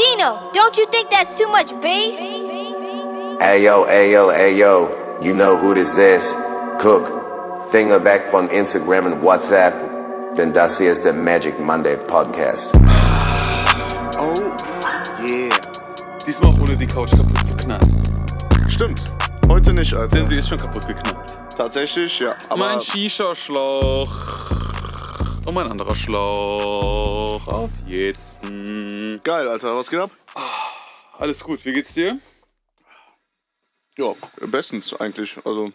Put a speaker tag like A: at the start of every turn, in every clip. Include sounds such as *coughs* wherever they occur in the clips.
A: Dino, don't you think that's too much bass?
B: Ayo, ayo, ayo, you know who this is. Cook, finger back from Instagram and WhatsApp. Denn das hier ist der Magic Monday Podcast.
C: Oh, yeah. Diesmal ohne die Couch kaputt zu knallen.
D: Stimmt. Heute nicht, Alter.
C: Denn sie ist schon kaputt geknallt.
D: Tatsächlich, ja. Aber
C: mein Shisha-Schlauch. Und mein anderer Schlauch. Auf jetzt. Hm.
D: geil, Alter. Was geht ab?
C: Alles gut, wie geht's dir?
D: Ja, bestens eigentlich. Also,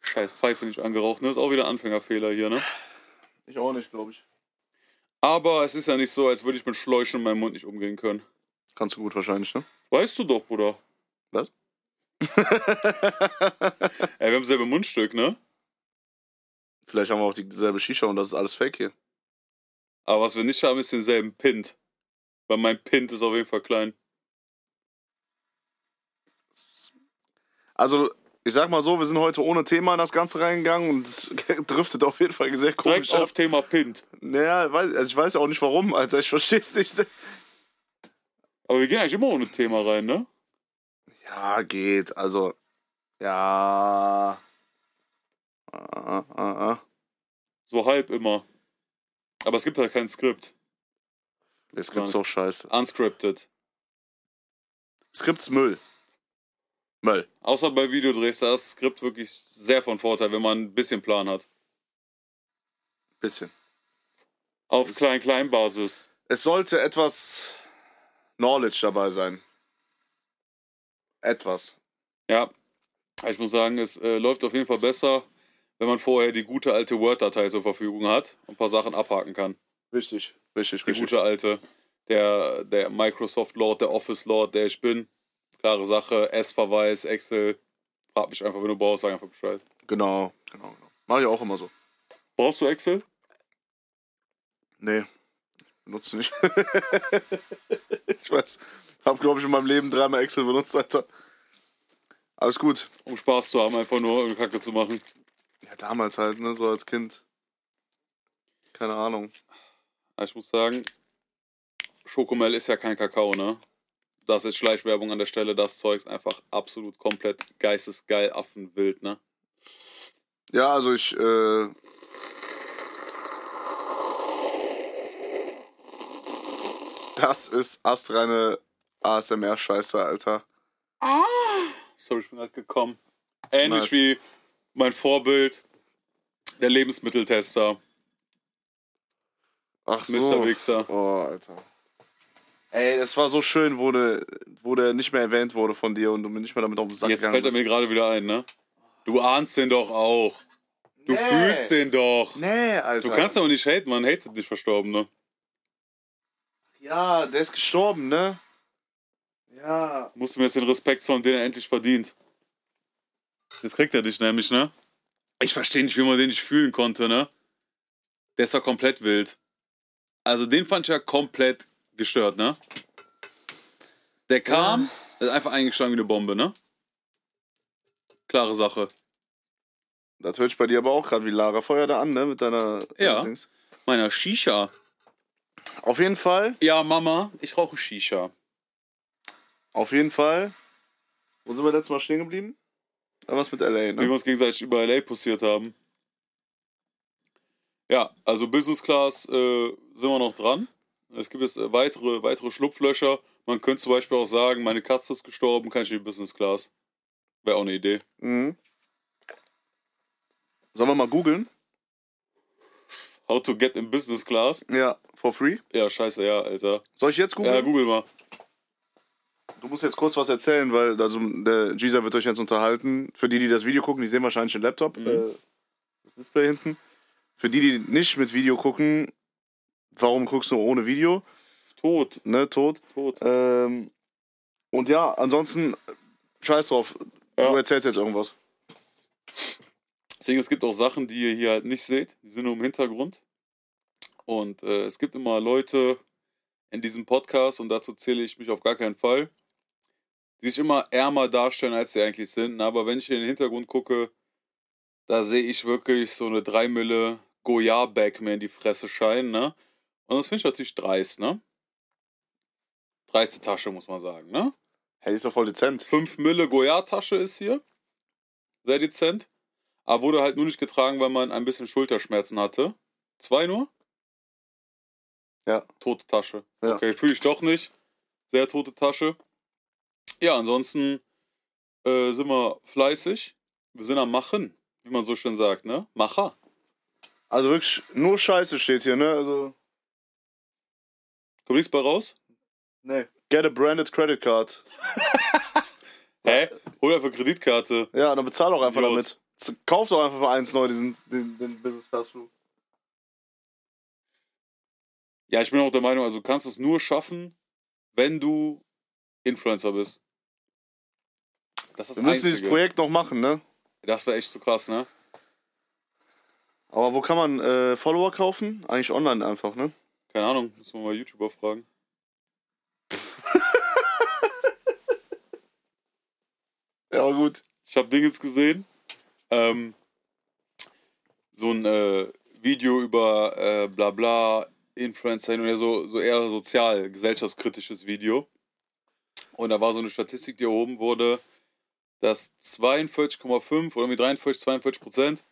C: Scheiß Pfeife nicht angeraucht, ne? Ist auch wieder Anfängerfehler hier, ne?
D: ich auch nicht, glaube ich.
C: Aber es ist ja nicht so, als würde ich mit Schläuchen in meinem Mund nicht umgehen können.
D: Kannst du gut wahrscheinlich, ne?
C: Weißt du doch, Bruder.
D: Was?
C: Ey, wir haben selber Mundstück, ne?
D: Vielleicht haben wir auch dieselbe Shisha und das ist alles Fake hier.
C: Aber was wir nicht haben, ist denselben Pint. Weil mein Pint ist auf jeden Fall klein.
D: Also, ich sag mal so, wir sind heute ohne Thema in das Ganze reingegangen und es *laughs* driftet auf jeden Fall sehr
C: Direkt
D: komisch ab.
C: auf Thema Pint.
D: Naja, weiß, also ich weiß auch nicht warum, Alter. Ich versteh's nicht. *laughs*
C: Aber wir gehen eigentlich immer ohne Thema rein, ne?
D: Ja, geht. Also, ja. Ah, ah, ah.
C: So halb immer. Aber es gibt halt kein Skript.
D: Jetzt gibt's auch Scheiße.
C: Unscripted.
D: Skripts Müll. Müll.
C: Außer bei Videodrehs, da ist Skript wirklich sehr von Vorteil, wenn man ein bisschen Plan hat.
D: Bisschen.
C: Auf Klein-Klein-Basis.
D: Es sollte etwas Knowledge dabei sein. Etwas.
C: Ja. Ich muss sagen, es äh, läuft auf jeden Fall besser, wenn man vorher die gute alte Word-Datei zur Verfügung hat und ein paar Sachen abhaken kann.
D: Richtig. Richtig,
C: Die
D: richtig.
C: gute alte. Der, der Microsoft-Lord, der Office-Lord, der ich bin. Klare Sache, S-Verweis, Excel. Frag mich einfach, wenn du brauchst, sag einfach Bescheid.
D: Genau, genau, genau. Mach ich auch immer so.
C: Brauchst du Excel?
D: Nee, benutze nicht. *laughs* ich weiß. Hab, glaube ich, in meinem Leben dreimal Excel benutzt, Alter. Alles gut.
C: Um Spaß zu haben, einfach nur um Kacke zu machen.
D: Ja, damals halt, ne, so als Kind. Keine Ahnung.
C: Aber Ah, ich muss sagen, Schokomel ist ja kein Kakao, ne? Da ist jetzt Schleichwerbung an der Stelle, das Zeugs einfach absolut komplett geistesgeil, affenwild, ne?
D: Ja, also ich, äh. Das ist astreine ASMR-Scheiße, Alter.
C: Sorry, ich bin gerade gekommen. Ähnlich
D: Nice.
C: wie mein Vorbild, der Lebensmitteltester,
D: Ach
C: Mr. Wichser.
D: Oh, Alter. Ey, es war so schön, wo, de, wo der nicht mehr erwähnt wurde von dir und du mir nicht mehr damit auf den Sack
C: Jetzt
D: gegangen
C: fällt er
D: bist.
C: mir gerade wieder ein, ne? Du ahnst den doch auch. Du
D: Nee.
C: fühlst den doch.
D: Nee, Alter.
C: Du kannst aber nicht haten, man hatet nicht ne? Verstorbene.
D: Ja, der ist gestorben, ne? Ja.
C: Musst du mir jetzt den Respekt zollen, den er endlich verdient. Jetzt kriegt er dich nämlich, ne? Ich verstehe nicht, wie man den nicht fühlen konnte, ne? Der ist ja komplett wild. Also den fand ich ja komplett gestört, ne? Der kam, der ist einfach eingeschlagen wie eine Bombe, ne? Klare Sache.
D: Das hört sich bei dir aber auch gerade wie Lara Feuer da an, ne? Mit deiner.
C: Ja.
D: äh, Dings.
C: Meiner Shisha.
D: Auf jeden Fall,
C: Ja, Mama, ich rauche Shisha.
D: auf jeden Fall. Wo sind wir letztes Mal stehen geblieben? Da war's mit LA,
C: wie wir
D: ne?
C: uns gegenseitig über LA postiert haben. Ja, also Business Class äh, sind wir noch dran. Es gibt jetzt äh, weitere, weitere Schlupflöcher. Man könnte zum Beispiel auch sagen, meine Katze ist gestorben, kann ich in die Business Class. Wäre auch eine Idee.
D: Mhm. Sollen wir mal googeln?
C: How to get in Business Class?
D: Ja, for free.
C: Ja, scheiße, ja, Alter.
D: Soll ich jetzt googeln?
C: Ja, google mal.
D: Du musst jetzt kurz was erzählen, weil also der Gisa wird euch jetzt unterhalten. Für die, die das Video gucken, die sehen wahrscheinlich den Laptop, äh, das Display hinten. Für die, die nicht mit Video gucken, warum guckst du ohne Video?
C: Tot,
D: Ne, tot.
C: tot.
D: Ähm, und ja, ansonsten, scheiß drauf.
C: Ja.
D: Du erzählst jetzt irgendwas.
C: Deswegen, es gibt auch Sachen, die ihr hier halt nicht seht. Die sind nur im Hintergrund. Und äh, es gibt immer Leute in diesem Podcast, und dazu zähle ich mich auf gar keinen Fall, die sich immer ärmer darstellen, als sie eigentlich sind. Aber wenn ich in den Hintergrund gucke, da sehe ich wirklich so eine 3 Mille Goya-Bag mir in die Fresse scheinen. Ne? Und das finde ich natürlich dreist. Ne? Dreiste Tasche, muss man sagen, ne?
D: Hey, ist doch voll dezent.
C: 5 Mille Goya-Tasche ist hier. Sehr dezent. Aber wurde halt nur nicht getragen, weil man ein bisschen Schulterschmerzen hatte. Zwei nur?
D: Ja.
C: Tote Tasche.
D: Ja.
C: Okay, fühle ich doch nicht. Sehr tote Tasche. Ja, ansonsten äh, sind wir fleißig. Wir sind am Machen, wie man so schön sagt, ne? Macher.
D: Also wirklich, nur Scheiße steht hier, ne? Also,
C: Kommt nichts bei raus?
D: nee. Get a branded credit card.
C: Hä? Hol einfach Kreditkarte.
D: Ja, dann bezahl doch einfach
C: Idiot.
D: damit. Z- Kauf doch einfach für 1 neu diesen, den, den Business Class Flug.
C: Ja, ich bin auch der Meinung, also du kannst es nur schaffen, wenn du Influencer bist. Das ist das
D: Wir müssen
C: Einzige.
D: dieses Projekt noch machen, ne?
C: Das wäre echt so krass, ne?
D: Aber wo kann man äh, Follower kaufen? Eigentlich online einfach, ne?
C: Keine Ahnung, müssen wir mal YouTuber fragen.
D: *laughs* Ja, aber gut.
C: Ich habe Dingens gesehen. Ähm, so ein äh, Video über äh, bla bla Influencer hin und her, so, so eher sozial, gesellschaftskritisches Video. Und da war so eine Statistik, die erhoben wurde, dass 42,5 oder mit 43, 42 Prozent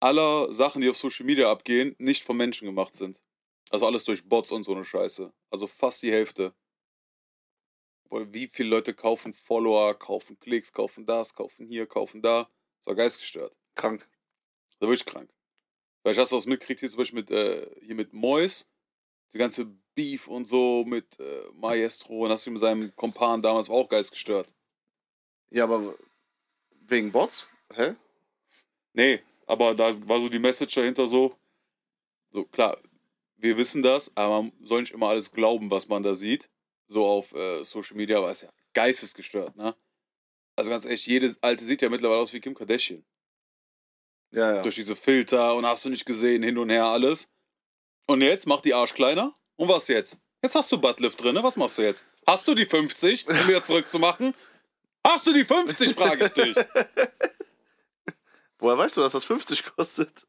C: aller Sachen, die auf Social Media abgehen, nicht von Menschen gemacht sind. Also alles durch Bots und so eine Scheiße. Also fast die Hälfte. Boah, wie viele Leute kaufen Follower, kaufen Klicks, kaufen das, kaufen hier, kaufen da. Das war geistgestört.
D: Krank.
C: Das war wirklich krank. Vielleicht hast du das mitgekriegt, hier zum Beispiel mit, äh, hier mit Mois, die ganze Beef und so mit äh, Maestro und hast du mit seinem Kompan damals war auch geistgestört.
D: Ja, aber wegen Bots? Hä?
C: Nee, aber da war so die Message dahinter so, so klar, wir wissen das, aber man soll nicht immer alles glauben, was man da sieht. So auf äh, Social Media war es ja geistesgestört, ne? Also ganz ehrlich, jede Alte sieht ja mittlerweile aus wie Kim Kardashian.
D: Ja, ja.
C: durch diese Filter und hast du nicht gesehen, hin und her alles. Und jetzt mach die Arsch kleiner. Und was jetzt? Jetzt hast du Buttlift drin, ne? was machst du jetzt? Hast du die 50, um wieder zurückzumachen? Hast du die 50, frage ich dich.
D: Woher weißt du, dass das 50 kostet?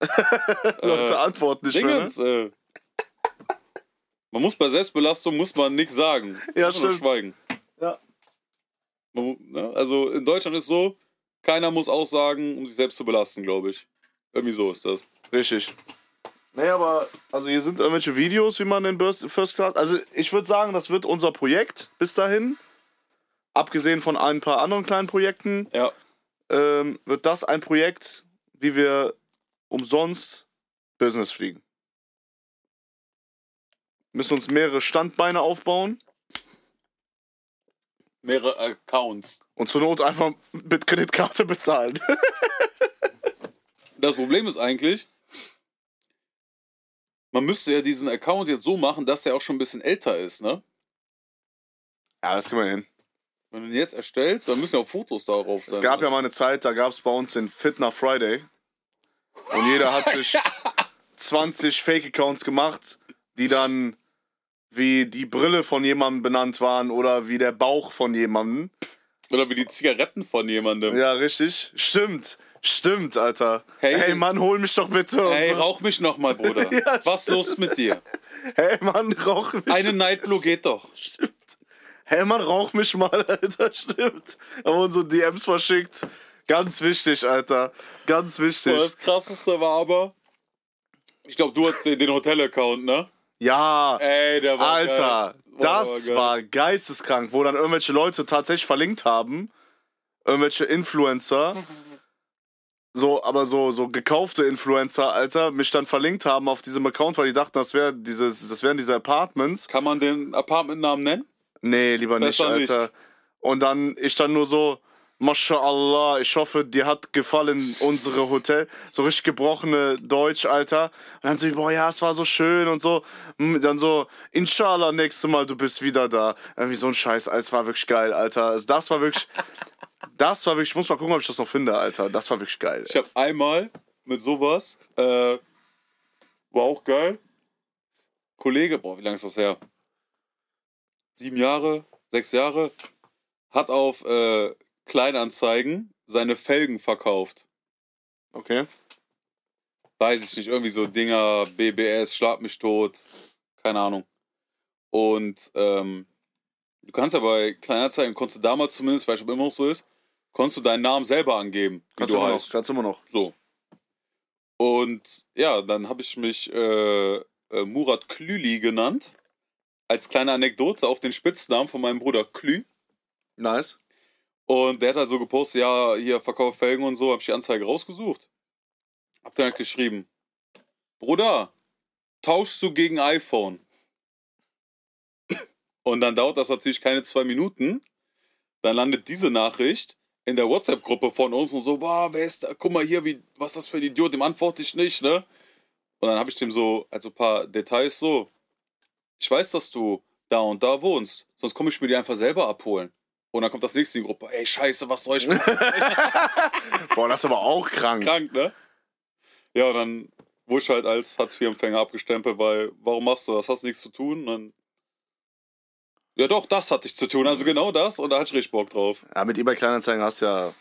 C: Äh,
D: Leute antworten nicht mehr. Ne?
C: Dingens, äh, man muss bei Selbstbelastung muss man nichts sagen.
D: Ja,
C: Man muss nur
D: stimmt.
C: Schweigen.
D: Ja.
C: Man mu- ne? Also in Deutschland ist so, keiner muss aussagen, um sich selbst zu belasten, glaube ich. Irgendwie so ist das.
D: Richtig. Nee, aber also hier sind irgendwelche Videos, wie man in Burst- First Class. Also ich würde sagen, das wird unser Projekt bis dahin. Abgesehen von ein paar anderen kleinen Projekten,
C: Ja.
D: ähm, wird das ein Projekt, wie wir umsonst Business fliegen. Müssen uns mehrere Standbeine aufbauen
C: Mehrere Accounts.
D: und zur Not einfach mit Kreditkarte bezahlen. *laughs*
C: Das Problem ist eigentlich, man müsste ja diesen Account jetzt so machen, dass er auch schon ein bisschen älter ist, ne?
D: Ja, das kriegen wir hin.
C: Wenn du ihn jetzt erstellst, dann müssen ja auch Fotos darauf sein. ne?
D: Es gab ja mal eine Zeit, da gab es bei uns den Fitner Friday. Und jeder hat *laughs* sich 20 Fake-Accounts gemacht, die dann wie die Brille von jemandem benannt waren oder wie der Bauch von jemandem.
C: Oder wie die Zigaretten von jemandem.
D: Ja, richtig. Stimmt. Stimmt, Alter.
C: Hey.
D: Hey, Mann, hol mich doch bitte. und
C: Ey,
D: so.
C: rauch mich nochmal, Bruder.
D: *laughs* Ja,
C: Was los mit dir?
D: Hey, Mann, rauch mich.
C: Eine Nightblue geht doch.
D: Hey, Mann, rauch mich mal, *laughs* Alter. Stimmt. Haben uns so DMs verschickt. Ganz wichtig, Alter. Ganz wichtig.
C: Das krasseste war aber, ich glaube, du hattest den den Hotel-Account, ne?
D: Ja.
C: Ey, der war
D: Alter,
C: geil.
D: das
C: geil.
D: war geisteskrank, wo dann irgendwelche Leute tatsächlich verlinkt haben, irgendwelche Influencer,
C: *laughs*
D: so, aber so, so gekaufte Influencer, Alter, mich dann verlinkt haben auf diesem Account, weil die dachten, das, wär dieses, das wären diese Apartments.
C: Kann man den Apartmentnamen nennen?
D: Nee, lieber nicht,
C: Besser nicht.
D: Alter. Und dann, ich dann nur so, Masha'Allah, ich hoffe, dir hat gefallen unsere Hotel. So richtig gebrochene Deutsch, Alter. Und dann so, boah, ja, es war so schön und so. Hm, Dann so, Inshallah, nächstes Mal, du bist wieder da. Irgendwie so ein Scheiß, Alter, es war wirklich geil, Alter. Also Das
C: *laughs*
D: war wirklich, das war wirklich, ich muss mal gucken, ob ich das noch finde, Alter. Das war wirklich geil.
C: Ich habe einmal mit sowas, äh, war auch geil. Kollege, boah, wie lange ist das her? Sieben Jahre, sechs Jahre, hat auf äh, Kleinanzeigen seine Felgen verkauft.
D: Okay.
C: Weiß ich nicht, irgendwie so Dinger, BBS, Schlag mich tot, keine Ahnung. Und ähm, du kannst ja bei Kleinanzeigen, konntest du damals zumindest, vielleicht ob immer noch so ist, konntest du deinen Namen selber angeben, wie
D: Kannst
C: du
D: immer
C: heißt.
D: noch. Kannst immer noch.
C: So. Und ja, dann habe ich mich äh, äh, Murat Klüli genannt. Als kleine Anekdote auf den Spitznamen von meinem Bruder Klü.
D: Nice.
C: Und der hat halt so gepostet, ja, hier Verkauf Felgen und so, hab ich die Anzeige rausgesucht. Hab dann halt geschrieben, Bruder, tauschst du gegen iPhone? Und dann dauert das natürlich keine zwei Minuten. Dann landet diese Nachricht in der WhatsApp-Gruppe von uns und so, wow, wer ist da? Guck mal hier, wie, was ist das für ein Idiot, dem antworte ich nicht, ne? Und dann habe ich dem so, also ein paar Details so, ich weiß, dass du da und da wohnst, sonst komme ich mir die einfach selber abholen. Und dann kommt das nächste in die Gruppe. Ey, scheiße, was soll ich mit
D: Boah, das ist aber auch krank.
C: krank, ne? Ja, und dann wurde ich halt als Hartz-IV-Empfänger abgestempelt, weil, warum machst du das? Hast nichts zu tun? Und dann, ja doch, das hatte ich zu tun. Also genau das. Und da hatte ich richtig Bock drauf.
D: Ja, mit eBay Kleinanzeigen hast du ja.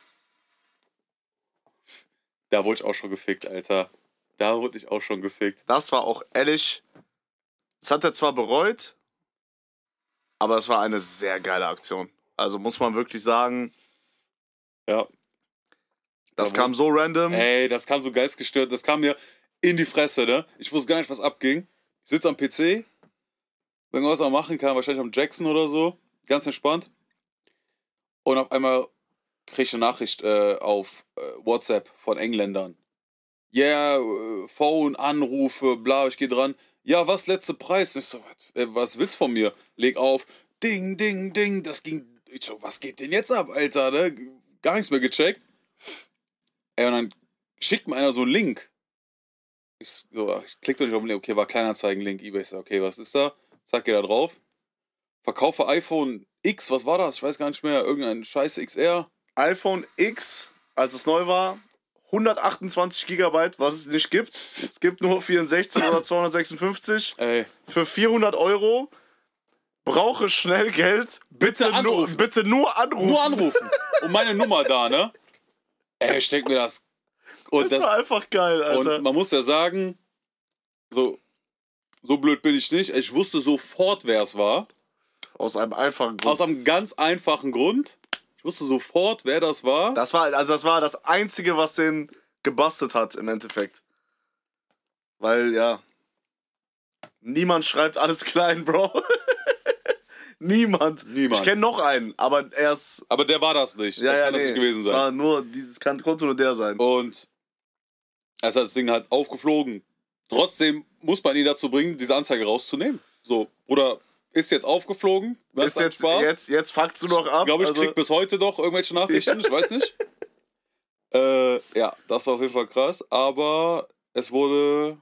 C: Da wurde ich auch schon gefickt, Alter. Da wurde ich auch schon gefickt.
D: Das war auch ehrlich. Das hat er zwar bereut, aber es war eine sehr geile Aktion. Also muss man wirklich sagen,
C: Ja.
D: das
C: Da
D: kam so random.
C: Ey, das kam so geistgestört, das kam mir in die Fresse, ne? Ich wusste gar nicht, was abging. Ich sitze am PC, bin was am machen kann, wahrscheinlich am Jackson oder so, ganz entspannt. Und auf einmal kriege ich eine Nachricht äh, auf äh, WhatsApp von Engländern. Yeah, äh, Phone, Anrufe, bla, ich gehe dran. Ja, was, letzte Preis? Und Ich so, was, äh, was willst du von mir? Leg auf. Ding, ding, ding, das ging. Ich so, was geht denn jetzt ab, Alter, ne? Gar nichts mehr gecheckt. Ey, und dann schickt mir einer so einen Link. Ich, so, ach, ich klick doch nicht auf den Link. Okay, war Kleinanzeigen-Link, eBay. Ich so, okay, was ist da? Zack, geh da drauf. Verkaufe iPhone X, was war das? Ich weiß gar nicht mehr. Irgendein scheiß XR.
D: iPhone X, als es neu war, 128 Gigabyte, was es nicht gibt. Es gibt nur 64 oder 256
C: Ey,
D: für 400 Euro. Brauche schnell Geld. Bitte,
C: Bitte
D: nur,
C: anrufen.
D: bitte nur anrufen.
C: nur
D: *laughs*
C: anrufen. Und meine Nummer da, ne? Ey, ich denk mir das. Und
D: das,
C: das,
D: war einfach geil, Alter.
C: Und man muss ja sagen, so, so blöd bin ich nicht. Ich wusste sofort, wer es war.
D: Aus einem einfachen Grund.
C: Aus einem ganz einfachen Grund. Ich wusste sofort, wer das war.
D: Das war, also das war das Einzige, was den gebastelt hat im Endeffekt. Weil, ja. Niemand schreibt alles *laughs* klein, Bro. Niemand.
C: Niemand.
D: Ich kenne noch einen, aber er ist.
C: Aber der war das nicht.
D: Ja,
C: der
D: ja,
C: kann
D: nee.
C: das nicht gewesen
D: Es war
C: sein. Oh,
D: nur dieses kann, konnte nur der sein.
C: Und als das Ding halt aufgeflogen. Trotzdem muss man ihn dazu bringen, diese Anzeige rauszunehmen. So, Bruder, ist jetzt aufgeflogen. Das
D: ist jetzt, jetzt, jetzt fuckst du noch ab.
C: Ich glaube, ich
D: also,
C: krieg bis heute noch irgendwelche Nachrichten, ich weiß
D: *laughs*
C: nicht. Äh, ja, das war auf jeden Fall krass, aber es wurde,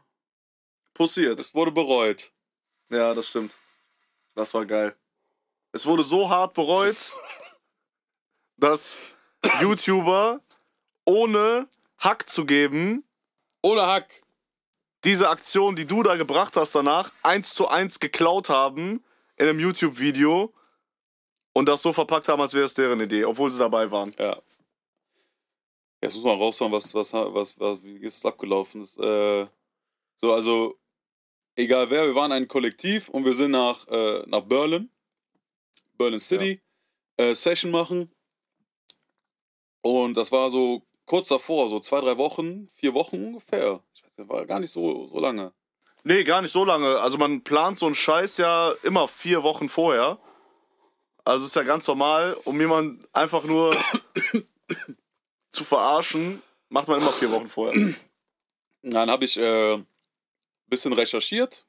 D: pussiert.
C: es wurde bereut.
D: Ja, das stimmt. Das war geil. Es wurde so hart bereut,
C: *laughs*
D: dass YouTuber ohne Hack zu geben
C: Ohne Hack.
D: diese Aktion, die du da gebracht hast danach, eins zu eins geklaut haben in einem YouTube-Video und das so verpackt haben, als wäre es deren Idee, obwohl sie dabei waren.
C: Ja. Jetzt muss man raushauen, was, was, was, was, wie ist das abgelaufen? Das, äh, so, also, egal wer, wir waren ein Kollektiv und wir sind nach, äh, nach Berlin, Berlin City, äh, Session machen. Und das war so kurz davor, so zwei, drei Wochen, vier Wochen ungefähr. Ich weiß nicht, war gar nicht so, so lange.
D: Nee, gar nicht so lange. Also man plant so einen Scheiß ja immer vier Wochen vorher. Also ist ja ganz normal, um jemanden einfach nur zu verarschen, macht man immer vier Wochen vorher.
C: Dann habe ich äh, ein bisschen recherchiert.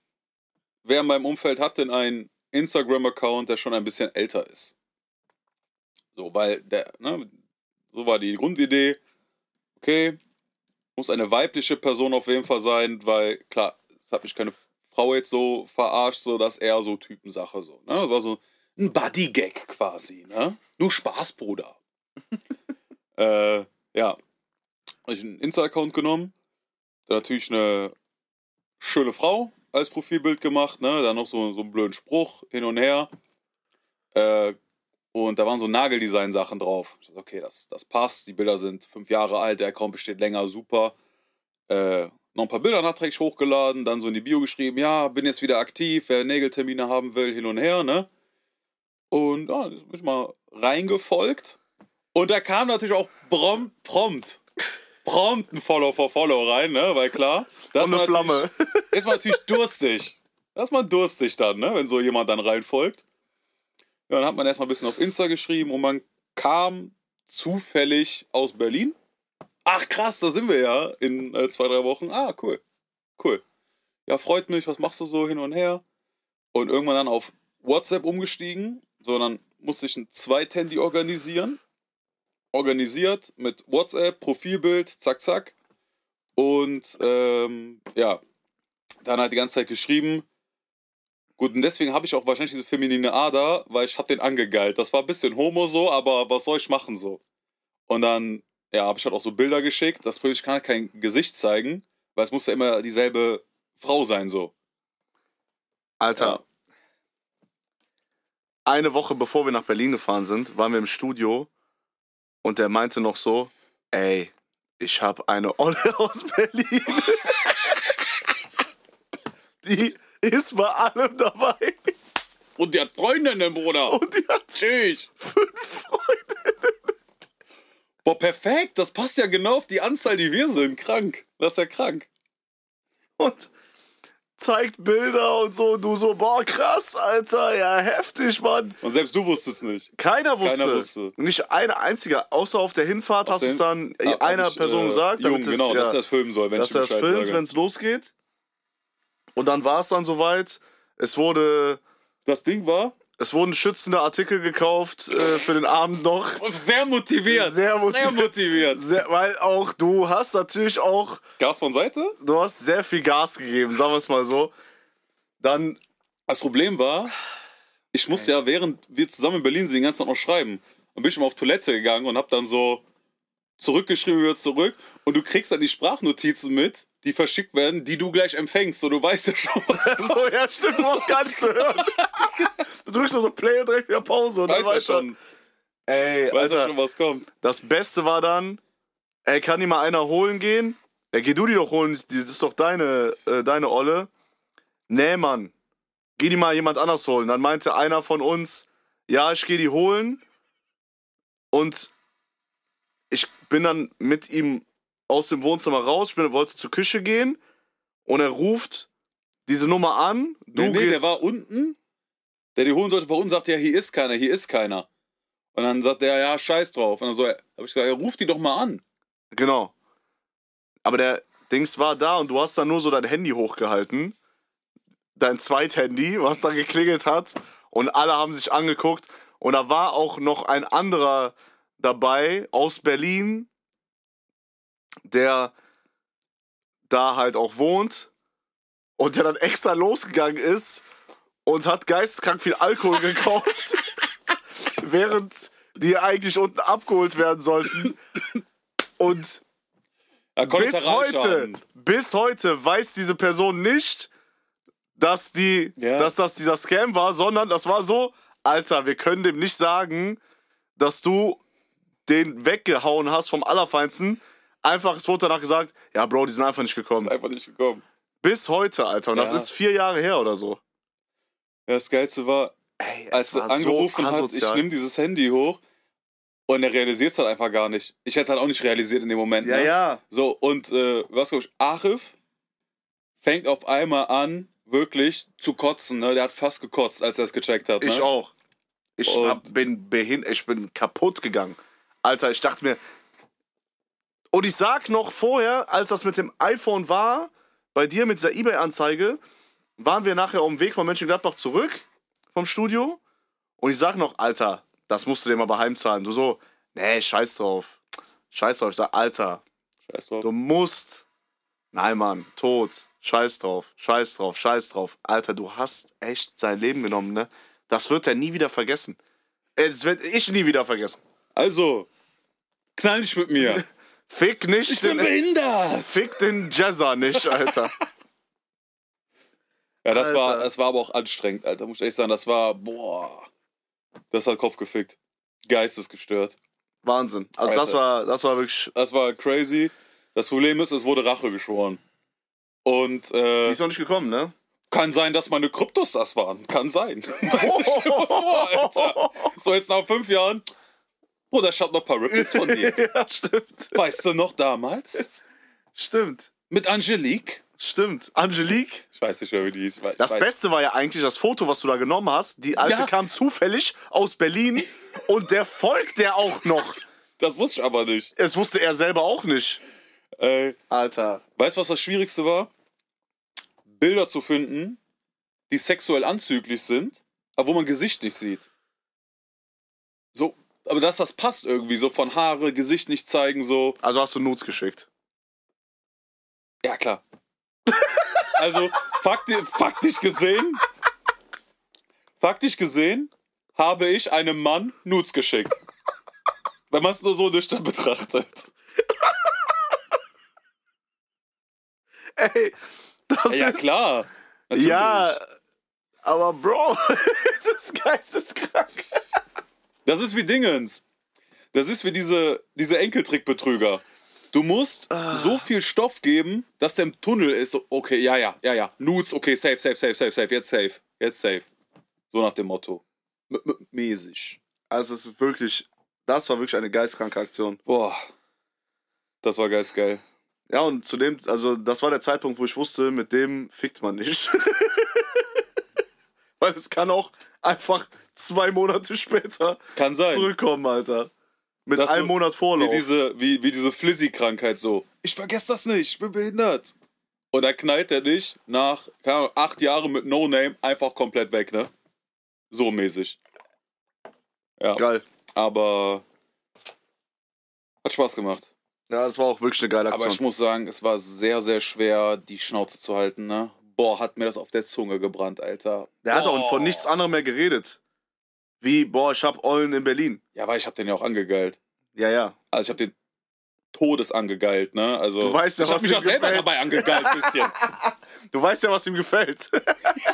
C: Wer in meinem Umfeld hat denn einen Instagram-Account, der schon ein bisschen älter ist? So, weil der, ne, so war die Grundidee. Okay, muss eine weibliche Person auf jeden Fall sein, weil klar, es hat mich keine Frau jetzt so verarscht, so dass eher so Typensache so. Ne? Das war so ein Buddy-Gag quasi, ne? Nur Spaß, Bruder. äh, ja. Hab ich einen Insta-Account genommen dann natürlich eine schöne Frau als Profilbild gemacht, ne? Dann noch so, so einen blöden Spruch hin und her. Äh, und da waren so Nageldesign-Sachen drauf. Ich dachte, Okay, das, das passt. Die Bilder sind fünf Jahre alt, der Account besteht länger, super. Äh, noch ein paar Bilder nachträglich hochgeladen, dann so in die Bio geschrieben, ja, bin jetzt wieder aktiv, wer Nägeltermine haben will, hin und her, ne? Und ja, das bin ich mal reingefolgt. Und da kam natürlich auch brom, prompt, prompt ein Follow for Follow rein, ne? Weil klar, das
D: Und eine Flamme.
C: ist man natürlich durstig. Da ist man durstig dann, ne? wenn so jemand dann reinfolgt. Ja, dann hat man erstmal ein bisschen auf Insta geschrieben und man kam zufällig aus Berlin. Ach krass, da sind wir ja in äh, zwei, drei Wochen. Ah, cool. Cool. Ja, freut mich, was machst du so hin und her? Und irgendwann dann auf WhatsApp umgestiegen, so dann musste ich ein Zweithandy organisieren. Organisiert mit WhatsApp, Profilbild, zack, zack. Und ähm, ja, dann halt die ganze Zeit geschrieben. Gut, und deswegen habe ich auch wahrscheinlich diese feminine Ader, weil ich habe den angegeilt. Das war ein bisschen homo so, aber was soll ich machen so? Und dann, ja, habe ich halt auch so Bilder geschickt. Das Problem, ich kann halt kein Gesicht zeigen, weil es muss ja immer dieselbe Frau sein so.
D: Alter.
C: Ja.
D: Eine Woche bevor wir nach Berlin gefahren sind, waren wir im Studio und der meinte noch so, ey, ich habe eine Olle *laughs* aus Berlin. Die ist bei allem dabei
C: Und die hat Freundinnen, Bruder.
D: *laughs* und die hat
C: Tschüss.
D: fünf Freunde.
C: Boah, perfekt. Das passt ja genau auf die Anzahl, die wir sind. Krank. Das ist ja krank.
D: und zeigt Bilder und so. Du so, boah, krass, Alter, ja, heftig, Mann.
C: Und selbst du wusstest es nicht.
D: Keiner wusste.
C: Keiner wusste.
D: Nicht eine einzige, außer auf der Hinfahrt hast du es dann
C: Ja, hab
D: einer
C: ich,
D: Person
C: äh,
D: gesagt.
C: Jung,
D: damit es-
C: genau,
D: ja,
C: dass er das filmen soll, wenn
D: dass
C: ich
D: er
C: ihm
D: das
C: Bescheid
D: filmt,
C: sage.
D: wenn es losgeht. Und dann war es dann soweit. Es wurde,
C: Das Ding war
D: es wurden schützende Artikel gekauft äh, für den Abend noch.
C: sehr motiviert. Sehr
D: Sehr motiviert.
C: motiviert.
D: Sehr, weil auch du hast natürlich auch,
C: Gas von Seite?
D: du hast sehr viel Gas gegeben, sagen wir es mal so. Dann *laughs*
C: Das Problem war, ich musste ja, während wir zusammen in Berlin sind, den ganzen Tag noch schreiben. Und bin schon mal auf Toilette gegangen und hab dann so zurückgeschrieben, wieder zurück. Und du kriegst dann die Sprachnotizen mit, die verschickt werden, die du gleich empfängst. So, du weißt ja schon,
D: *laughs*
C: was du
D: so, ja, stimmt, du auch gar nicht zu
C: *laughs*
D: hören. Du drückst nur so Play und direkt wieder Pause und dann
C: weißt ja
D: weiter.
C: schon,
D: Ey,
C: weißt ja
D: Alter,
C: schon, was kommt.
D: Das Beste war dann, ey, kann die mal einer holen gehen? Ja, geh du die doch holen, das ist doch deine, äh, deine Olle. Nee, Mann, geh die mal jemand anders holen. Dann meinte einer von uns, ja, ich geh die holen. Und ich bin dann mit ihm aus dem Wohnzimmer raus, ich bin, wollte zur Küche gehen. Und er ruft diese Nummer an. Du
C: nee, nee,
D: gehst,
C: der war unten, der die holen sollte, war unten, sagt ja, hier ist keiner, hier ist keiner. Und dann sagt der, ja, scheiß drauf. Und dann so, hab ich gesagt, ja, ruf die doch mal an.
D: Genau. Aber der Dings war da und du hast dann nur so dein Handy hochgehalten. Dein Zweithandy, was dann geklingelt hat. Und alle haben sich angeguckt. Und da war auch noch ein anderer dabei aus Berlin, der da halt auch wohnt. Und der dann extra losgegangen ist und hat geisteskrank viel Alkohol gekauft. *laughs* während die eigentlich unten abgeholt werden sollten. Und
C: Ja,
D: bis heute,
C: Kollateralschaden.
D: bis heute weiß diese Person nicht, dass, die,
C: Ja.
D: dass das dieser Scam war, sondern das war so, Alter, wir können dem nicht sagen, dass du den weggehauen hast vom Allerfeinsten. Einfach, es wurde danach gesagt, ja, Bro, die sind einfach nicht gekommen.
C: Einfach nicht gekommen.
D: Bis heute, Alter. Und das
C: Ja.
D: ist vier Jahre her oder so.
C: Ja, das Geilste war,
D: Ey,
C: als er angerufen hat, ich nehme dieses Handy hoch und er realisiert es halt einfach gar nicht. Ich hätte es halt auch nicht realisiert in dem Moment.
D: Ja,
C: ne?
D: ja.
C: So, und äh, was glaube ich, Arif fängt auf einmal an, wirklich zu kotzen. Ne? Der hat fast gekotzt, als er es gecheckt hat. Ne?
D: Ich auch. Ich
C: Und-
D: hab, bin behind ich bin kaputt gegangen. Alter, ich dachte mir. Und ich sag noch vorher, als das mit dem iPhone war, bei dir mit dieser Ebay-Anzeige, waren wir nachher auf dem Weg von Mönchengladbach zurück vom Studio. Und ich sag noch, Alter, das musst du dir mal bei heimzahlen. Du so, nee, scheiß drauf. Scheiß drauf. Ich sag, Alter,
C: Scheiß drauf.
D: Du musst. Nein, Mann, tot. Scheiß drauf, scheiß drauf, scheiß drauf. Alter, du hast echt sein Leben genommen, ne? Das wird er nie wieder vergessen. Äh, Das werde ich nie wieder vergessen.
C: Also, knall nicht mit mir.
D: Fick nicht
C: ich bin
D: den.
C: behindert.
D: Fick den Jazzer
C: *laughs*
D: nicht, Alter.
C: Ja, das war,
D: Alter.
C: das war aber auch anstrengend, Alter. Muss ich echt sagen, das war, boah. Das hat Kopf gefickt. Geistesgestört.
D: Wahnsinn. Also, das
C: Alter.
D: war, das war wirklich.
C: Das war crazy. Das Problem ist, es wurde Rache geschworen. Und
D: Die
C: äh,
D: ist noch nicht gekommen, ne?
C: kann sein, dass meine Kryptos das waren. Kann sein. *laughs*
D: Oh,
C: Weißt du, stell mal vor, Alter. So, jetzt nach fünf Jahren. Bruder, ich hab noch ein paar Ripples von
D: *laughs*
C: dir.
D: ja, stimmt.
C: Weißt du noch damals?
D: Stimmt.
C: Mit Angelique?
D: Stimmt. Angelique.
C: Ich weiß nicht mehr, wie die hieß. Ich weiß,
D: Das
C: ich weiß.
D: Beste war ja eigentlich das Foto, was du da genommen hast. Die alte
C: Ja.
D: kam zufällig aus *laughs* Berlin und der folgt der auch noch.
C: Das wusste ich aber nicht.
D: Es wusste er selber auch nicht.
C: Äh,
D: Alter.
C: Weißt du, was das Schwierigste war? Bilder zu finden, die sexuell anzüglich sind, aber wo man Gesicht nicht sieht. So, aber dass das passt irgendwie, so von Haare, Gesicht nicht zeigen, so.
D: Also hast du Nudes geschickt.
C: Ja, klar. *laughs* also, fakti faktisch gesehen, faktisch gesehen, habe ich einem Mann Nudes geschickt. Wenn man es nur so nüchtern betrachtet.
D: Ey, das
C: Ja,
D: ist.
C: klar. Natürlich.
D: Ja, aber Bro, *laughs* es ist geisteskrank.
C: Das ist wie Dingens. Das ist wie diese, diese Enkeltrickbetrüger. Du musst so viel Stoff geben, dass der im Tunnel ist. So, Okay, ja, ja, ja, ja. Nudes, okay, safe, safe, safe, safe, safe. Jetzt safe. Jetzt safe. So nach dem Motto. M -m Mäßig.
D: Also es ist wirklich, das war wirklich eine geistkranke Aktion.
C: Boah. Das war geil, geil.
D: Ja, und zu dem, also das war der Zeitpunkt, wo ich wusste, mit dem fickt man nicht. *laughs* Weil es kann auch einfach zwei Monate später
C: Kann sein.
D: zurückkommen, Alter. Mit
C: Dass
D: einem
C: du-
D: Monat Vorlauf.
C: Wie diese, wie, wie diese Flizzy-Krankheit so. Ich vergesse das nicht, ich bin behindert. Und dann knallt er dich nach keine Ahnung, acht Jahren mit No Name einfach komplett weg, ne? So mäßig. Ja.
D: Geil.
C: Aber hat Spaß gemacht.
D: Ja, das war auch wirklich eine geile
C: Aber ich
D: Aktion.
C: muss sagen, es war sehr, sehr schwer, die Schnauze zu halten, ne? Boah, hat mir das auf der Zunge gebrannt, Alter.
D: Der hat auch
C: Boah.
D: von nichts anderem mehr geredet. Wie, boah, ich hab Eulen in Berlin.
C: Ja, weil ich hab den ja auch angegeilt.
D: Ja, ja.
C: Also ich hab den Todes angegeilt, ne? Also
D: Du weißt ja,
C: ich hab
D: was
C: mich
D: ihm
C: auch selber
D: gefällt.
C: dabei angegeilt ein bisschen.
D: Du weißt ja, was ihm gefällt.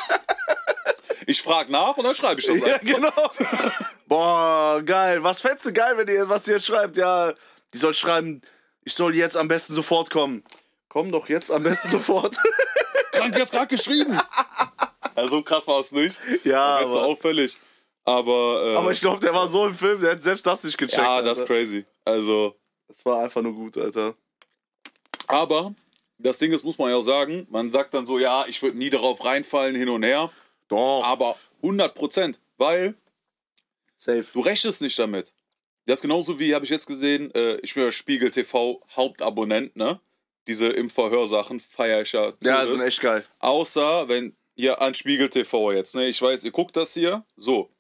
D: *laughs*
C: Ich frage nach und dann schreibe ich das
D: ja,
C: einfach.
D: genau. *laughs* Boah, geil. Was fändest du geil, wenn ihr, was ihr jetzt schreibt? Ja, die soll schreiben, ich soll jetzt am besten sofort kommen. Komm doch jetzt am *laughs* besten sofort.
C: Krank jetzt gerade geschrieben. *laughs* Also so krass war es nicht.
D: ja,
C: Ganz so
D: aber,
C: auffällig. Aber, äh,
D: aber ich glaube, der war so im Film, der hat selbst das nicht gecheckt.
C: ja, das ist
D: Alter.
C: crazy. Also,
D: das war einfach nur gut, Alter.
C: aber das Ding ist, muss man ja auch sagen, man sagt dann so, ja, ich würde nie darauf reinfallen, hin und her.
D: Doch,
C: Aber 100 Prozent, weil
D: safe.
C: du rechnest nicht damit. Das ist genauso wie, habe ich jetzt gesehen, äh, ich bin ja Spiegel TV Hauptabonnent, ne? Diese im Verhörsachen feier ich ja.
D: ja,
C: Todes.
D: das ist echt geil.
C: Außer wenn ihr an Spiegel TV jetzt, ne? Ich weiß, ihr guckt das hier. So.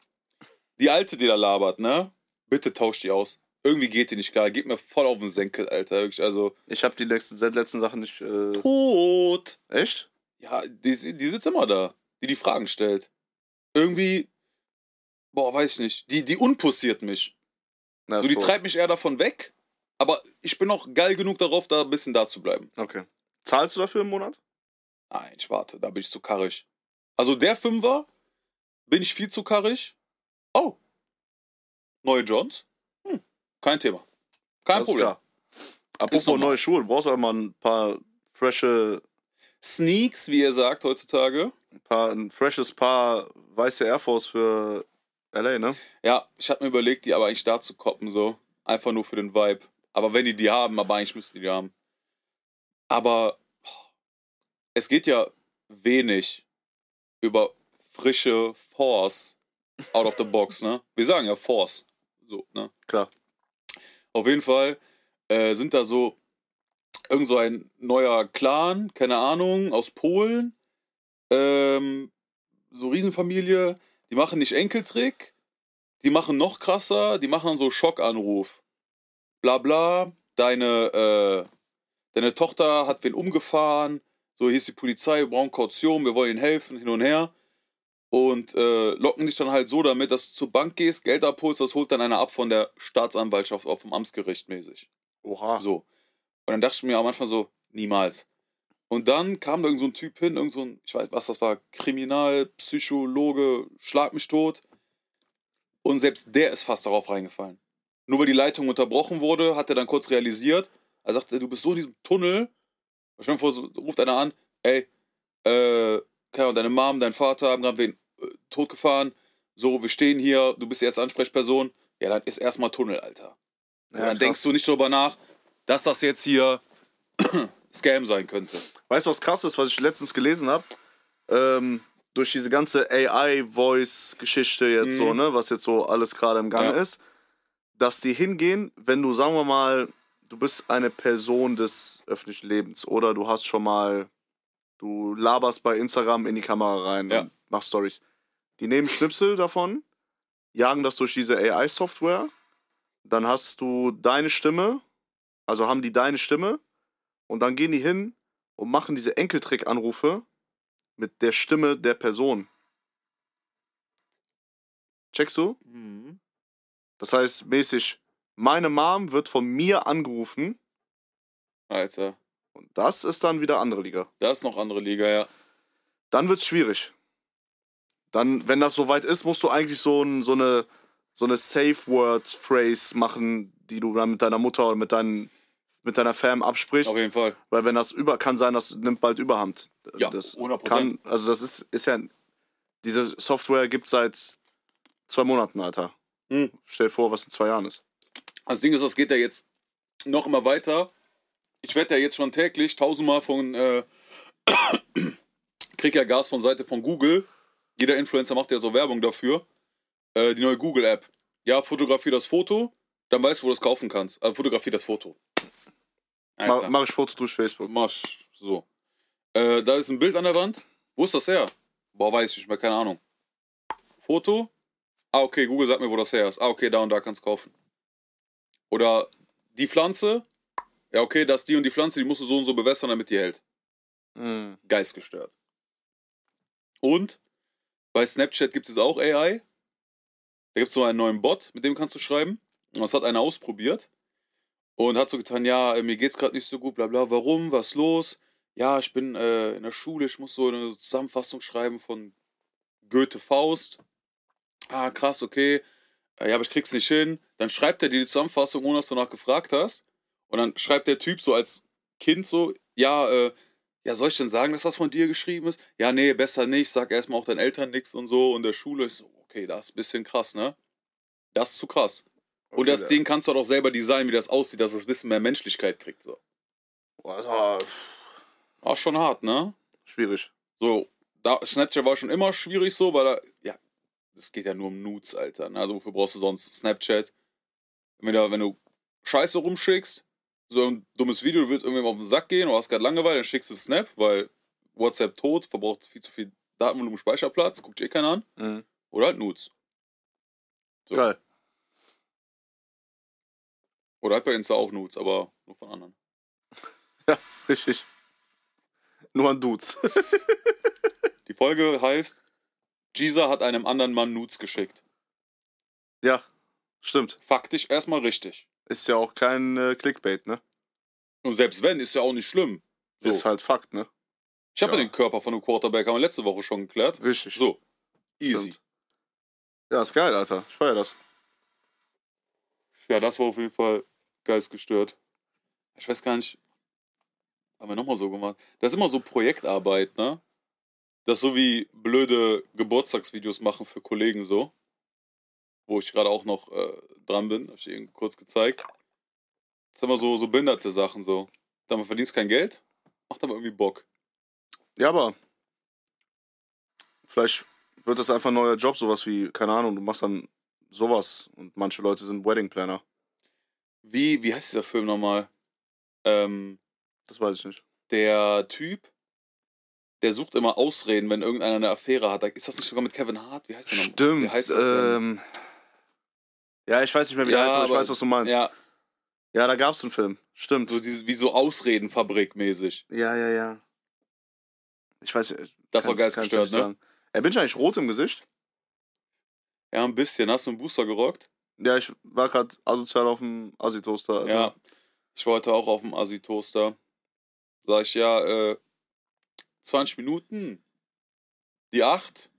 C: Die alte, die da labert, ne? Bitte tauscht die aus. Irgendwie geht die nicht klar. Geht mir voll auf den Senkel, Alter. Wirklich, also.
D: Ich habe die letzten, seit letzten Sachen nicht. Äh,
C: Tot!
D: echt?
C: Ja, die, die sitzt immer da. Die die Fragen stellt. Irgendwie. Boah, weiß ich nicht. Die, die unpussiert mich.
D: Na,
C: So,
D: ist
C: die
D: tot.
C: treibt mich eher davon weg. Aber ich bin noch geil genug darauf, da ein bisschen da zu bleiben.
D: Okay. Zahlst du dafür im Monat?
C: Nein, ich warte, da bin ich zu karrig. Also der Fünfer bin ich viel zu karrig. Oh. Neue Johns? Hm. Kein Thema. Kein
D: Alles
C: Problem.
D: klar. Apropos
C: normal.
D: neue Schuhe, du brauchst auch mal ein paar frische
C: Sneaks, wie ihr sagt heutzutage.
D: paar, ein freshes Paar weiße Air Force für LA, ne?
C: Ja, ich habe mir überlegt, die aber eigentlich da zu koppen, so. Einfach nur für den Vibe. Aber wenn die die haben, aber eigentlich müssten die die haben. Aber oh, es geht ja wenig über frische Force out of the box, ne? Wir sagen ja Force. So, ne?
D: Klar.
C: Auf jeden Fall äh, sind da so irgend so ein neuer Clan, keine Ahnung, aus Polen. Ähm, so Riesenfamilie. Die machen nicht Enkeltrick. Die machen noch krasser. Die machen so Schockanruf. Bla bla. Deine, äh, deine Tochter hat wen umgefahren. So, hier ist die Polizei, wir brauchen Kaution, wir wollen ihnen helfen, hin und her. Und äh, locken dich dann halt so damit, dass du zur Bank gehst, Geld abholst, das holt dann einer ab von der Staatsanwaltschaft auf dem Amtsgericht mäßig.
D: Oha.
C: So. Und dann dachte ich mir am Anfang so, niemals. Und dann kam da irgend so ein Typ hin, irgend so ein, ich weiß was das war, Kriminalpsychologe, schlag mich tot. Und selbst der ist fast darauf reingefallen. Nur weil die Leitung unterbrochen wurde, hat er dann kurz realisiert. Er sagte, du bist so in diesem Tunnel. Und stell dir vor, so, ruft einer an, ey, äh, keine Ahnung, deine Mom, dein Vater haben gerade wen äh, totgefahren, so, wir stehen hier, du bist die erste Ansprechperson, ja, dann ist erstmal Tunnel, Alter. Und
D: Ja,
C: dann
D: krass.
C: denkst du nicht drüber nach, dass das jetzt hier *clears throat* Scam sein könnte.
D: Weißt du, was krass ist, was ich letztens gelesen habe? Ähm, durch diese ganze AI-Voice-Geschichte jetzt so, ne, was jetzt so alles gerade im Gange
C: Ja.
D: ist, dass die hingehen, wenn du, sagen wir mal, du bist eine Person des öffentlichen Lebens oder du hast schon mal, du laberst bei Instagram in die Kamera rein
C: Ja.
D: und machst Stories. Die nehmen Schnipsel davon, jagen das durch diese AI-Software, dann hast du deine Stimme, also haben die deine Stimme und dann gehen die hin und machen diese Enkeltrick-Anrufe mit der Stimme der Person. Checkst du?
C: Mhm.
D: Das heißt mäßig, meine Mom wird von mir angerufen
C: Alter,
D: und das ist dann wieder andere Liga.
C: da ist noch andere Liga, ja.
D: Dann wird's schwierig. Dann, wenn das soweit ist, musst du eigentlich so, ein, so eine, so eine Safe-Word-Phrase machen, die du dann mit deiner Mutter oder mit, deinen, mit deiner Fam absprichst.
C: Auf jeden Fall.
D: Weil wenn das über, kann sein, das nimmt bald Überhand.
C: Ja,
D: das
C: 100%.
D: Kann, also das ist, ist ja, diese Software gibt seit zwei Monaten, Alter.
C: Hm.
D: Stell dir vor, was in zwei Jahren ist.
C: Das Ding ist, das geht ja jetzt noch immer weiter. Ich werde ja jetzt schon täglich tausendmal von, äh, *coughs* krieg ja Gas von Seite von Google. Jeder Influencer macht ja so Werbung dafür. Äh, die neue Google-App. Ja, fotografier das Foto, dann weißt du, wo du es kaufen kannst. Also fotografier das Foto.
D: Ma,
C: Alter,
D: mach ich Fotos durch Facebook.
C: mach so. Äh, da ist ein Bild an der Wand. Wo ist das her? Boah, weiß ich nicht mehr, keine Ahnung. Foto? Ah, okay, Google sagt mir, wo das her ist. Ah, okay, da und da kannst du kaufen. Oder die Pflanze? Ja, okay, das ist die und die Pflanze, die musst du so und so bewässern, damit die hält.
D: Mhm.
C: Geistgestört. Und bei Snapchat gibt es auch AI. Da gibt es so einen neuen Bot, mit dem kannst du schreiben. Und Das hat einer ausprobiert und hat so getan, ja, äh, mir geht's gerade nicht so gut, bla bla, warum, was los? Ja, ich bin äh, in der Schule, ich muss so eine Zusammenfassung schreiben von Goethe Faust. Ah, krass, okay. Äh, ja, aber ich krieg's nicht hin. Dann schreibt er dir die Zusammenfassung, ohne dass du danach gefragt hast. Und dann schreibt der Typ so als Kind so, ja, äh, ja, soll ich denn sagen, dass das von dir geschrieben ist? Ja, nee, besser nicht. Sag erstmal auch deinen Eltern nichts und so. Und der Schule ist so, okay, das ist ein bisschen krass, ne? Das ist zu krass. und
D: Okay,
C: das
D: ja.
C: Ding kannst du doch auch selber designen, wie das aussieht, dass es ein bisschen mehr Menschlichkeit kriegt. So. War schon hart, ne?
D: Schwierig.
C: So, da, Snapchat war schon immer schwierig so, weil da, ja, es geht ja nur um Nudes, Alter. Ne? Also, wofür brauchst du sonst Snapchat? Entweder, wenn du Scheiße rumschickst, so ein dummes Video, du willst irgendwem auf den Sack gehen oder hast gerade Langeweile, dann schickst du Snap, weil WhatsApp tot, verbraucht viel zu viel Datenvolumen, Speicherplatz, guckt eh keiner an.
D: Mhm.
C: Oder halt Nudes. So.
D: Geil. *laughs*
C: Oder halt bei Insta auch Nudes, aber nur von anderen.
D: Richtig. Nur an Dudes. *laughs*
C: Die Folge heißt, Jeezer hat einem anderen Mann Nudes geschickt.
D: ja, stimmt.
C: Faktisch erstmal richtig.
D: Ist ja auch kein äh, Clickbait, ne?
C: Und selbst wenn, ist ja auch nicht schlimm. So.
D: Ist halt Fakt, ne?
C: ich habe ja.
D: ja.
C: den Körper von einem Quarterback, haben wir letzte Woche schon geklärt.
D: Richtig.
C: So, easy.
D: Stimmt. Ja, ist geil, Alter. Ich feier das.
C: Ja, das war auf jeden Fall geistgestört. Ich weiß gar nicht, haben wir nochmal so gemacht. Das ist immer so Projektarbeit, ne? Das ist so wie blöde Geburtstagsvideos machen für Kollegen so. Wo ich gerade auch noch äh, dran bin, habe ich eben kurz gezeigt. Das sind immer so, so behinderte Sachen so. Da man verdienst kein Geld, macht aber irgendwie Bock.
D: Ja, aber vielleicht wird das einfach ein neuer Job, sowas wie, keine Ahnung, du machst dann sowas und manche Leute sind Wedding Planner.
C: Wie, wie heißt dieser Film nochmal? Ähm,
D: Das weiß ich nicht.
C: der Typ, der sucht immer Ausreden, wenn irgendeiner eine Affäre hat. Ist das nicht sogar mit Kevin Hart? Wie heißt der nochmal? Wie heißt das denn?
D: ähm, ja, ich weiß nicht mehr, wie der
C: Ja,
D: heißt, aber ich
C: aber-
D: weiß, was du meinst. Ja,
C: Ja,
D: da gab's einen Film. Stimmt.
C: so diese, wie so Ausredenfabrik-mäßig.
D: ja, ja, ja. Ich weiß äh,
C: Das war
D: kann's- kann's
C: geistgestört,
D: nicht
C: ne?
D: sagen. Ey, bin ich eigentlich rot im Gesicht?
C: Ja, ein bisschen. Hast du einen Booster gerockt?
D: Ja, ich war gerade asozial auf dem Assi-Toaster. Alter.
C: Ja. Ich war heute auch auf dem Assi-Toaster. Sag ich, ja, äh, 20 Minuten. Die 8.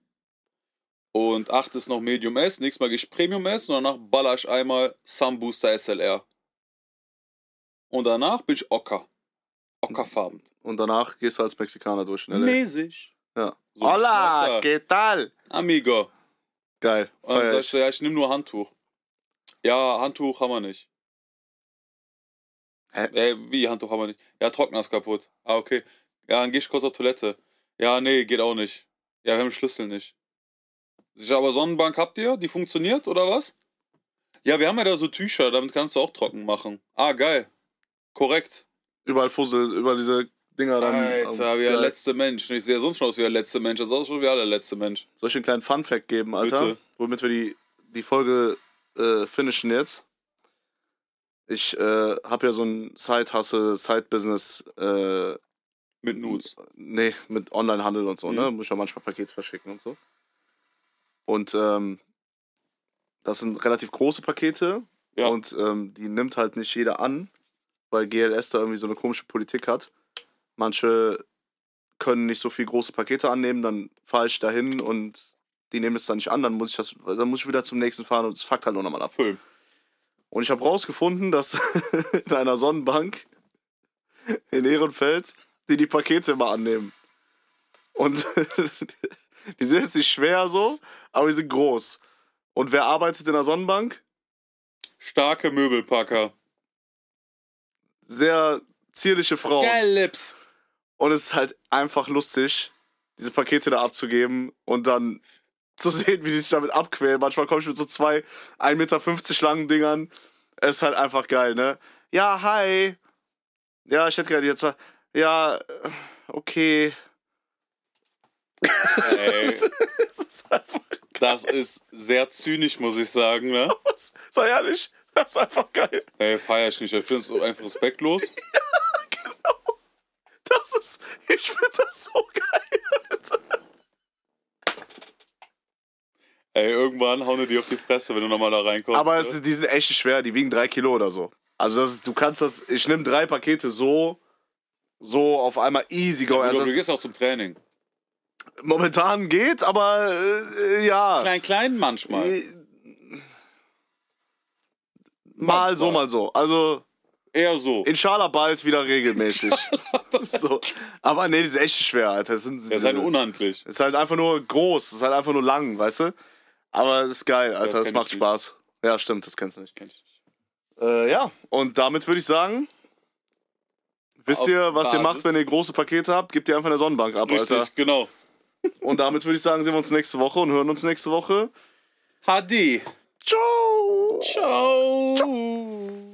C: Und 8 ist noch Medium S. Nächstes Mal gehe ich Premium S und danach baller ich einmal Sun Booster SLR. Und danach bin ich Ocker. ockerfarben.
D: Und danach gehst du als Mexikaner durch in LA.
C: Mäßig.
D: Ja.
C: So ein schwarzer
D: ¿qué tal?
C: Amigo.
D: Geil.
C: Und dann
D: Feier
C: sagst
D: ich.
C: du, ja, ich nehme nur Handtuch. Ja, Handtuch haben wir nicht.
D: Hä?
C: Äh, wie, Handtuch haben wir nicht? Ja, Trockner ist kaputt. Ah, okay. Ja, dann geh ich kurz auf Toilette. Ja, nee, geht auch nicht. Ja, wir haben den Schlüssel nicht. Sicher, aber Sonnenbank habt ihr? Die funktioniert, oder was? Ja, wir haben ja da so Tücher, damit kannst du auch trocken machen. Ah, geil. Korrekt.
D: Überall Fussel, überall diese Dinger dann. ähm, oh
C: Alter, wie der
D: Geil.
C: letzte Mensch. Ich sehe ja sonst schon aus wie der letzte Mensch. Das sah schon wie der letzte Mensch.
D: Soll ich einen kleinen Fun-Fact geben, Alter?
C: Bitte.
D: Womit wir die, die Folge äh, finishen jetzt. Ich äh, habe ja so ein Side-Hustle, Side-Business, äh,
C: Mit Nudes.
D: Hm. nee, mit Online-Handel und so,
C: Mhm.
D: ne? Muss ich ja manchmal Pakete verschicken und so. Und ähm, das sind relativ große Pakete
C: Ja.
D: und ähm, die nimmt halt nicht jeder an, weil GLS da irgendwie so eine komische Politik hat. Manche können nicht so viel große Pakete annehmen, dann fahre ich dahin und die nehmen es dann nicht an, dann muss ich das, dann muss ich wieder zum nächsten fahren und es fuckt halt auch nochmal ab.
C: Film.
D: Und ich habe rausgefunden, dass *laughs* in einer Sonnenbank in Ehrenfeld die die Pakete immer annehmen. Und *laughs* die sind jetzt nicht schwer so, aber die sind groß. Und wer arbeitet in der Sonnenbank?
C: Starke Möbelpacker.
D: Sehr zierliche Frauen.
C: Lips.
D: Und es ist halt einfach lustig, diese Pakete da abzugeben und dann zu sehen, wie die sich damit abquälen. Manchmal komme ich mit so zwei 1,50 Meter langen Dingern. Es ist halt einfach geil, ne? Ja, hi. Ja, ich hätte gerade hier zwei. Ja, äh, okay.
C: Ey,
D: *laughs* Es ist einfach,
C: das ist sehr zynisch, muss ich sagen, ne?
D: sei ehrlich, das ist einfach geil.
C: Ey, feier ich nicht. Ich finde es einfach respektlos.
D: Das ist, ich finde das so geil. Alter.
C: Ey, irgendwann hauen die dir auf die Fresse, wenn du nochmal da reinkommst.
D: Aber
C: ne?
D: es, die sind echt schwer, die wiegen drei Kilo oder so. Also das ist, du kannst das, ich nehme drei Pakete so, so auf einmal easy go.
C: du,
D: Also
C: du
D: das-
C: gehst auch zum Training.
D: momentan geht, aber äh, ja.
C: Klein, klein manchmal.
D: Äh, Mal so, mal so. Also
C: Eher so.
D: inshallah bald wieder *laughs* regelmäßig. so. Aber nee, die sind echt schwer, Alter. Das sind,
C: Er ist halt unhandlich.
D: ist halt einfach nur groß, ist halt einfach nur lang, weißt du? Aber es ist geil, Alter,
C: das
D: es
C: kenn
D: macht
C: ich nicht.
D: Spaß. Ja, stimmt, das kennst du nicht.
C: Kenn ich nicht.
D: Äh, ja, und damit würde ich sagen, wisst
C: Auf
D: ihr, was ihr
C: Basis.
D: macht, wenn ihr große Pakete habt? Gebt ihr einfach in der Sonnenbank ab,
C: Richtig,
D: Alter.
C: genau.
D: Und damit würde ich sagen, sehen wir uns nächste Woche und hören uns nächste Woche.
C: HD.
D: Ciao!
C: Ciao.